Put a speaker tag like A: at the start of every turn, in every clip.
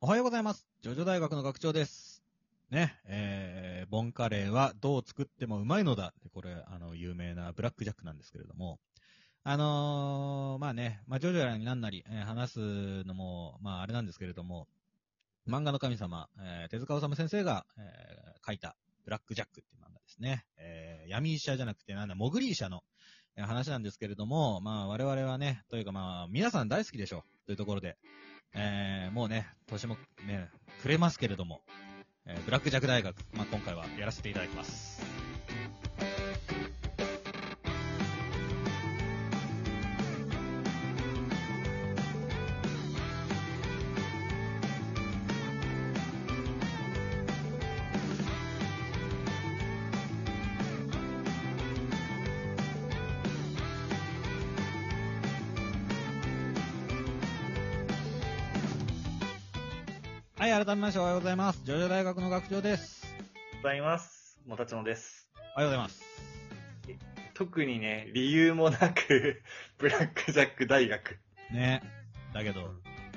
A: おはようございます。ジョジョ大学の学長です。ね、えー、ボンカレーはどう作ってもうまいのだって、これ、あの、有名なブラックジャックなんですけれども、あのー、まあね、まあ、ジョジョやになんなり、えー話すのも、まあ、あれなんですけれども、漫画の神様、えー手塚治虫先生が、えー書いた、ブラックジャックっていう漫画ですね。えー闇医者じゃなくて、なんだ、モグリ医者の、えー話なんですけれども、まあ、我々はね、というかまあ、皆さん大好きでしょう、というところで、えーもうね、年もね、暮れますけれども、えーブラックジャック大学、まあ、今回はやらせていただきます。はい、改めましておはようございます。ジョジョ大学の学長です。
B: ございます。もたちのです。
A: おはようございます。
B: 特にね、理由もなく、 ブラックジャック大学。
A: ね、だけど、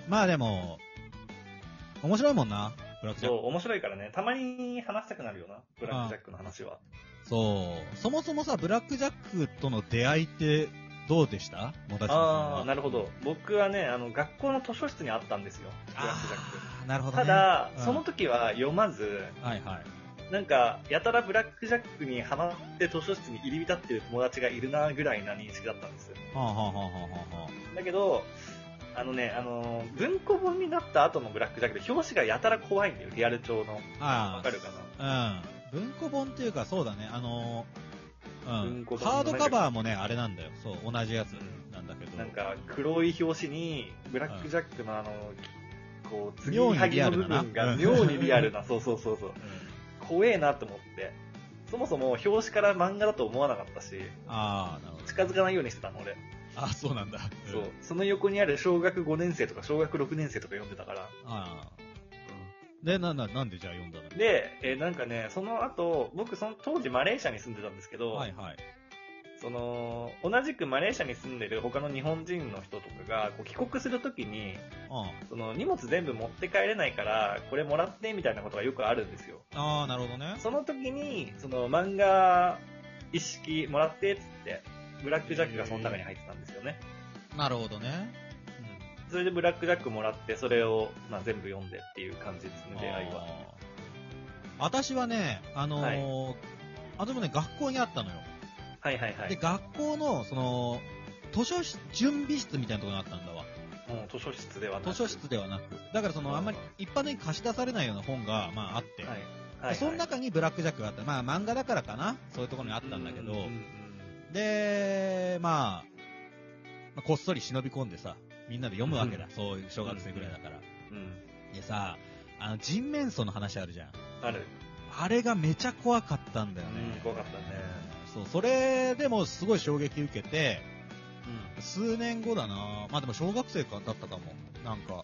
A: まあでも、面白いもんな、ブラックジャック
B: そう、面白いからね、たまに話したくなるよな、ブラックジャックの話は。
A: そう。そもそもさ、ブラックジャックとの出会いってどうでしたもたちのさん
B: あ
A: は
B: あー、なるほど。僕はね、あの、学校の図書室にあったんですよ、ブラックジャッ
A: あーなるほ
B: ク。
A: ど、ね。
B: ただ、
A: うん
B: その時は読まず、
A: はいはい。
B: なんか、やたらブラックジャックにハマって図書室に入り浸ってる友達がいるな、ぐらいな認識だったんです。
A: はあ、はあはあはあは
B: だけど、あのね、あのー文庫本になった後のブラックジャックで表紙がやたら怖いんだよ、リアル調の。
A: あ、
B: わかるかな
A: ああ、うん。文庫本っていうか、そうだね。あのー、うん。
B: 文庫
A: ハー
B: 本
A: ド
B: の
A: カバーもね、あれなんだよ。そう、同じやつなんだけど。
B: なんか黒い表紙にブラックジャックのあの、こう、継ぎ
A: 妙に
B: はぎ
A: リア
B: の
A: ル
B: 部
A: だな
B: 分が
A: うん
B: 妙にリアルな、そうそうそうそう、
A: うん、
B: 怖えなと思って。そもそも表紙から漫画だと思わなかったし、
A: ああ、なるほ ど。
B: 近づかないようにしてたの俺。
A: ああ、そうなんだ。
B: そ
A: ん
B: う。。その横にある小学5年生とか小学6年生とか読んでたから。
A: ああ。で、なんだ、なんでじゃあ読んだの
B: で、えーなんかね、その後、僕その当時マレーシアに住んでたんですけど、
A: はいはい。
B: その、同じくマレーシアに住んでる他の日本人の人とかが、こう帰国するときに、
A: あ
B: その荷物全部持って帰れないから、これもらってみたいなことがよくあるんですよ。
A: あああ、なるほどね。
B: その時に、その漫画一式もらってっつって、ブラックジャックがその中に入ってたんですよね。
A: なるほどね。
B: うんそれでブラックジャックもらって、それを、まあ、全部読んでっていう感じですね、出会いは。
A: あー私はね、あのー
B: はい
A: あ、でもね、学校にあったのよ。
B: はいはいは
A: で、
B: い。
A: 学校の、その、図書室、準備室みたいなところにあったんだわ。
B: もう図書室ではなく
A: 図書室ではなく。だからその、あんまり一般的に貸し出されないような本が、まああって。
B: はい。はい、はい。
A: その中にブラックジャックがあった。まあ漫画だからかな。そういうところにあったんだけど。
B: うううん
A: で、まあ、まあこっそり忍び込んでさ、みんなで読むわけだ。
B: うん
A: そういう小学生ぐらいだから。
B: うんうん。
A: でさ、あの、人面相の話あるじゃん。
B: ある。
A: あれがめちゃ怖かったんだよね。
B: うん怖かったね
A: そう、それでもすごい衝撃受けて、数年後だなまあでも小学生かだったかも。なんか、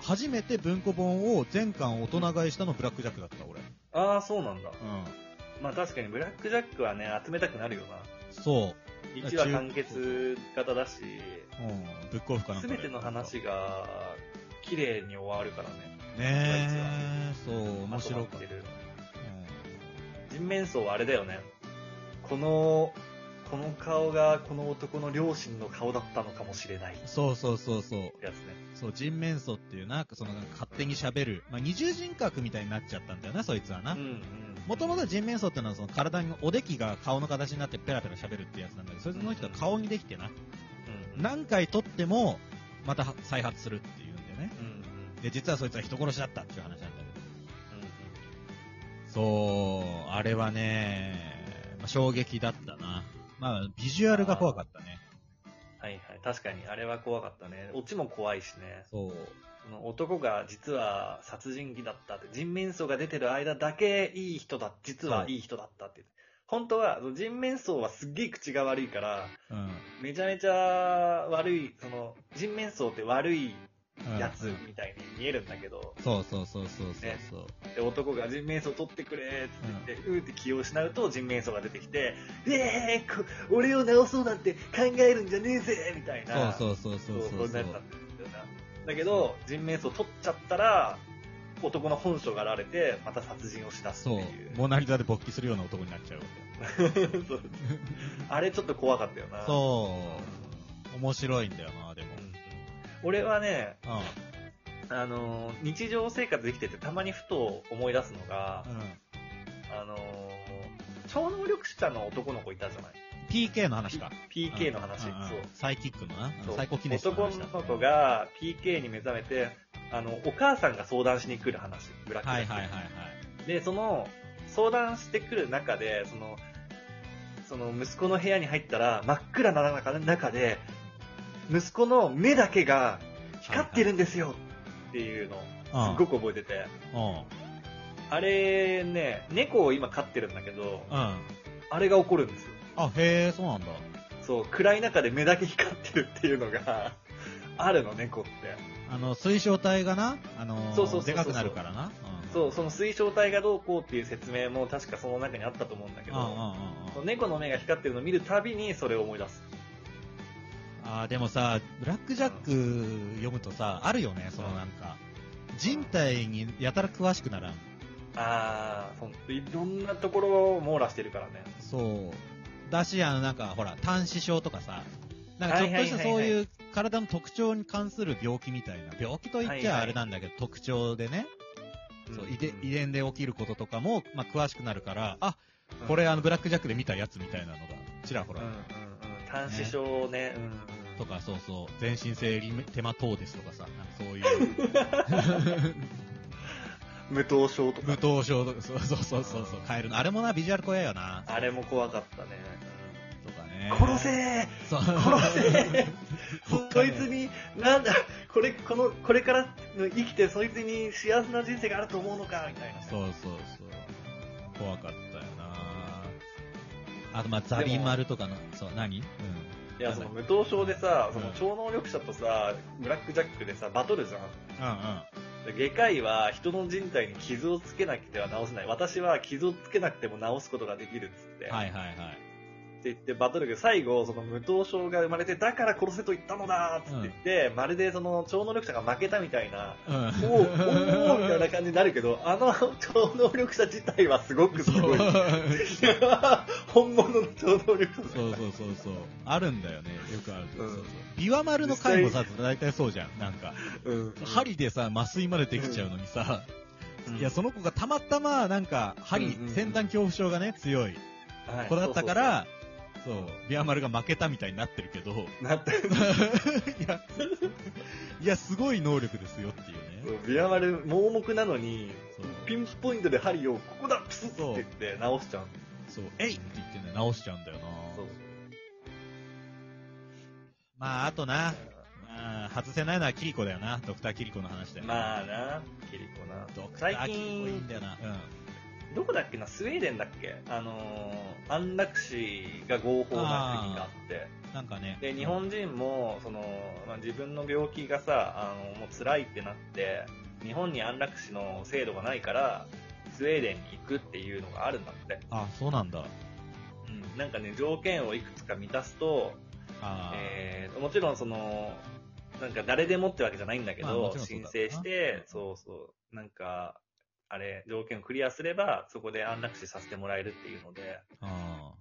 A: 初めて文庫本を全巻大人買いしたのブラックジャックだった、俺。
B: ああ、そうなんだ。
A: うん。
B: まあ確かにブラックジャックはね、集めたくなるよな。
A: そう。
B: 1話完結型だし、
A: うん。ブックオフかなんか
B: す
A: で。
B: べての話が綺麗に終わるからね。
A: ねえ、そう、面白
B: まと
A: かっ
B: まってる
A: た。
B: 人面相はあれだよね。この、この顔がこの男の両親の顔だったのかもしれない。
A: うんそうそうそうそう。
B: やつね。
A: そう、人面相っていうな、そのなんか勝手に喋る。まあ、二重人格みたいになっちゃったんだよな、そいつはな。
B: うんうん。
A: もともと人面相ってのはその体におできが顔の形になってペラペラ喋るってやつなんだけど、そいつの人は顔にできてな。
B: うん、
A: 何回撮っても、また再発するっていうんだよね。
B: うんうんうん
A: で、実はそいつは人殺しだったっていう話なんだけど。そう、あれはね、まあ、衝撃だったな。まあ、ビジュアルが怖かったね。
B: はいはい。確かに、あれは怖かったね。オチも怖いしね。
A: そう。
B: その男が実は殺人鬼だったって、人面相が出てる間だけいい人だ、実はいい人だったって。本当は、その人面相はすっげえ口が悪いから、
A: うん。うん
B: めちゃめちゃ悪い、その、人面相って悪いやつみたいに見えるんだけど、
A: そうそうそうそうそう
B: ね
A: そう。
B: で男が人面相取ってくれって言って、うーって気を失うと人面相が出てきて、えーこ俺を治そうなんて考えるんじゃねえぜみたいな。
A: そうそうそうそうそう
B: そう
A: そ
B: な
A: う
B: ったんだよな。だけど、人面相取っちゃったら、男の本性が現れて、また殺人をしだすっ
A: そ
B: て
A: う
B: いう。。
A: モナリザで勃起するような男になっちゃうわ
B: そうあれちょっと怖かったよ
A: け。
B: な。
A: そう。面白いんだよな、でも。
B: うん俺はね、
A: うん。
B: あのー日常生活できててたまにふと思い出すのが、
A: うん。
B: あのー超能力者の男の子いたじゃない
A: PK の話か。
B: ?PK の話。
A: うんうんうん
B: そう。
A: サイキックのな。
B: そう
A: サイコキネシス
B: 男
A: 話だ
B: の子が PK に目覚めて、あの、お母さんが相談しに来る話、ブラック
A: はい
B: ジャック
A: はいはいはい。
B: で、その、相談してくる中で、その、その息子の部屋に入ったら、真っ暗な中中で、息子の目だけが光ってるんですよっていうのを
A: うん。
B: すっごく覚えてて。
A: うん。
B: あれね、猫を今飼ってるんだけど、
A: うん。あ、
B: あれが起こるんですよ。
A: へえ、そうなんだ。
B: そう、暗い中で目だけ光ってるっていうのが、 あるの、猫って。
A: あの、水晶体がな、あのー、
B: そうそうそうそう
A: でかくなるからな。うん
B: そう、その水晶体がどうこうっていう説明も確かその中にあったと思うんだけ
A: うんうんうん。
B: ど、そううん猫の目が光ってるのを見るたびにそれを思い出す。
A: あーでもさ、ブラックジャック読むとさ、あるよね、そのなんか。人体にやたら詳しくならん。
B: あー、そういろんなところを網羅してるからね。
A: そう。だし、あの、なんか、ほら、単視症とかさ、なんかちょっとした
B: はいはい
A: そう
B: はいはい
A: いう体の特徴に関する病気みたいな、病気と言っち
B: はいは
A: ゃ
B: い
A: あれなんだけど、特徴でね、そう遺伝遺伝で起きることとかも、まあ、詳しくなるから、あ、これ、あの、ブラックジャックで見たやつみたいなのが、ちらほ
B: うん
A: ら
B: うんう、んうん。単視症ね。うんうん
A: とか、そうそう、全身性リメテマトーデスとかさ、なんか そういう、
B: 無頭症と
A: 無
B: か。
A: 糖症とか、そうそうそうそうそう、カエルの、あれもな、ビジュアル怖いよな、
B: あれも怖かったね。
A: とかね
B: う。ん殺せー
A: そう
B: 殺せ
A: 他
B: そ
A: ね
B: いつに、なんだ、これ、この、これからの生きて、そいつに幸せな人生があると思うのか、みたい な。
A: そうそうそう。怖かったよなあと、まあ、ザビマルとかの、そう、何うん。
B: いや、その無頭症でさ、その
A: うん
B: 超能力者とさ、ブラックジャックでさ、バトルじゃん。
A: う
B: で外科医は人の人体に傷をつけなくては治せない。私は傷をつけなくても治すことができるっつって。。
A: んうん。はいいはい
B: って言ってバトルが最後、その無頭症が生まれて、だから殺せと言ったのだーっつって言って、まるでその超能力者が負けたみたい
A: は
B: な、
A: い。
B: お
A: う
B: ー
A: ん。
B: おーみたいな感じになるけど、あの超能力者自体はすごく す
A: そ
B: ご
A: う。
B: い。 本物の超能力者
A: そうそうそうそう。あるんだよね。よくある。そうそう
B: うん
A: ビワ丸の回もさ、大体そうじゃん。なんか、
B: うん
A: 針でさ、麻酔までできちゃうのにさ、いや、その子がたまたま、なんか、針
B: うんうんう、ん
A: 先端恐怖症がね、強い
B: はい
A: 子だったから、そう、ビワ丸が負けたみたいになってる けど、
B: そうそうそうなって
A: いや、いや、すごい能力ですよっていうね。
B: ビアマル盲目なのに
A: そう
B: ピンポイントで針をここだプスッって
A: そう
B: 言って直しちゃう
A: そう、えいって言ってね、直しちゃうんだよな
B: そう
A: まあ、あとな、まあ、外せないのはキリコだよな。ドクターキリコの話だよな。
B: まあなキリコな
A: ドクタ
B: 最
A: ーキリコいいん
B: 近
A: だよな。
B: どこだっけなスウェーデンだっけあのー安楽死が合法な国があって
A: うん。なんかね。
B: で日本人もその、まあ、自分の病気がさあのもう辛いってなって日本に安楽死の制度がないからスウェーデンに行くっていうのがあるんだって、
A: あ、そうなんだ。
B: うん、なんかね条件をいくつか満たすと、
A: あ
B: えーもちろんそのなんか誰でもってわけじゃないんだけ
A: まあも
B: ど、
A: ちろんそう
B: 申
A: だ
B: 請してそうそうなんかあれ条件をクリアすればそこで安楽死させてもらえるっていうので
A: ーあ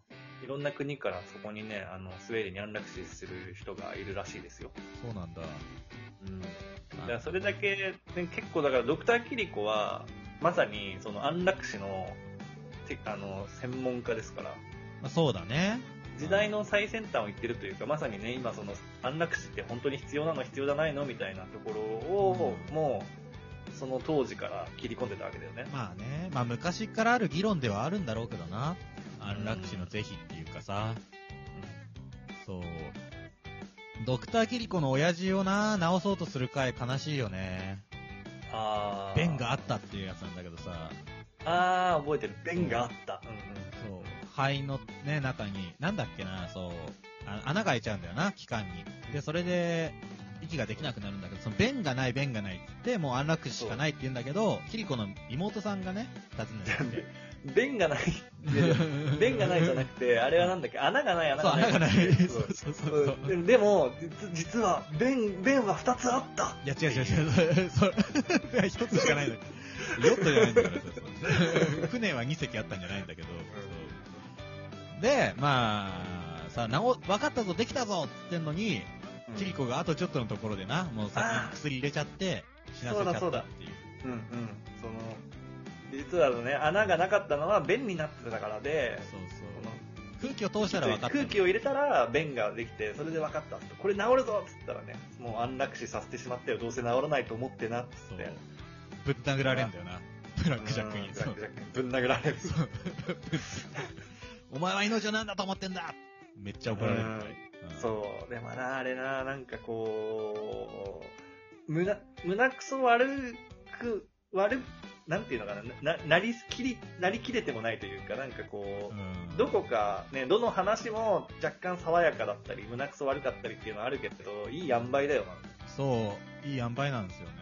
B: いろんな国からそこにねあのスウェーデンに安楽死する人がいるらしいですよ、
A: ー、そうなんだ。
B: うん
A: あ
B: だからそれだけ、ね、結構だからドクター・キリコはまさにその安楽死のてあの専門家ですから
A: まあ、そうだね。
B: 時代の最先端を言ってるというかまさにね今その安楽死って本当に必要なの必要じゃないのみたいなところを、
A: うん
B: もうその当時から切り込んでたわけだよね、
A: まあね、まあ昔からある議論ではあるんだろうけどな。安楽死の是非っていうかさ。そう。ドクターキリコの親父をな、治そうとする回悲しいよね。
B: ああ
A: 弁があったっていうやつなんだけどさ、
B: ああ覚えてる弁があった、うん
A: そう、肺のね、中に、なんだっけな、そう、あ穴が開いちゃうんだよな、気管に。で、それで、息ができなくなるんだけど、その弁がない、弁がないって言って、もう安楽死しかないって言うんだけど、キリコの妹さんがね、訪ねてきて、
B: う便がない。 便がないじゃなくて、あれはなんだっけ、穴がない、穴
A: そう、
B: がない。
A: 穴がない。そう
B: そう
A: そうそうそう。
B: うんでも、実実は、便、便は2つあった。
A: いや、違う違う違う。そう、いや一つしかないのに。ヨットじゃないんだから、そうそう船は2隻あったんじゃないんだけど。そうで、まあ、さあ、なお、分かったぞ、できたぞって言ってんのに、
B: うん
A: キリコがあとちょっとのところでな、もう先に薬入れちゃって、死なせちゃったっていう。
B: うんうん。その、実はね、穴がなかったのは便になってたからで、
A: そう
B: こ
A: そ
B: の
A: う。空気を通したら分かった。
B: 空気を入れたら便ができてそれで分かったこれ治るぞっつったらねもう安楽死させてしまったよどうせ治らないと思ってなっつ
A: そ
B: っ
A: う
B: て。
A: ぶった殴られんだよな。ブラックジャック
B: う
A: に。
B: ん
A: そう
B: ブラックジャックにぶん殴られる
A: そうお前は命を何だと思ってんだめっちゃ怒られる。うん
B: そうでもなあれななんかこう胸胸くそ悪く悪なんていうのかなななりきりなりきれてもないというかなんかこう、
A: うん
B: どこか、ね、どの話も若干爽やかだったり、胸くそ悪かったりっていうのはあるけど、いい塩梅だよな。
A: そう、いい塩梅なんですよね。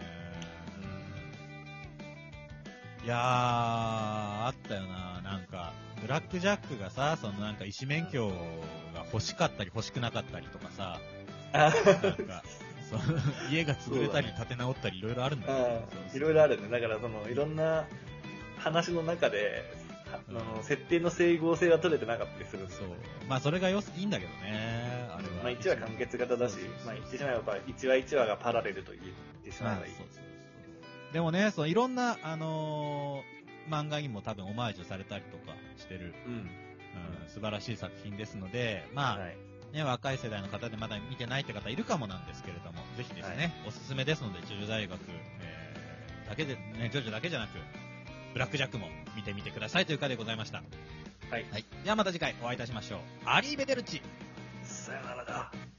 A: いやー、あったよな。なんか、ブラックジャックがさ、そのなんか医師免許が欲しかったり欲しくなかったりとかさ、
B: あ
A: なんか、その家が潰れたり
B: そうだね
A: 建て直ったりいろいろあるんだけどそうそう
B: うんいろいろあるね。だから、その、いろんな話の中で、はあの、設定の整合性が取れてなかったりする。
A: そう。まあそれがよす、いいんだけどね。あれは。
B: まあ、1話完結型だし
A: そうそうそ、う
B: まあ、言ってしまえば、1話1話がパラレルと言ってしまえばいい。
A: そうそうそうでもね、そのいろんな、あのー漫画にも多分オマージュされたりとかしてる、
B: うん。
A: うん、素晴らしい作品ですので、まあ、
B: はい。
A: ね、若い世代の方でまだ見てないって方いるかもなんですけれども、ぜひですね、おすすめですので、ジョジョ大学、えーだけで、ね、ジョジョだけじゃなく、ブラックジャックも見てみてくださいという回でございました。
B: はい
A: ではまた次回お会いいたしましょう。アリーベデルチ
B: さよならだ。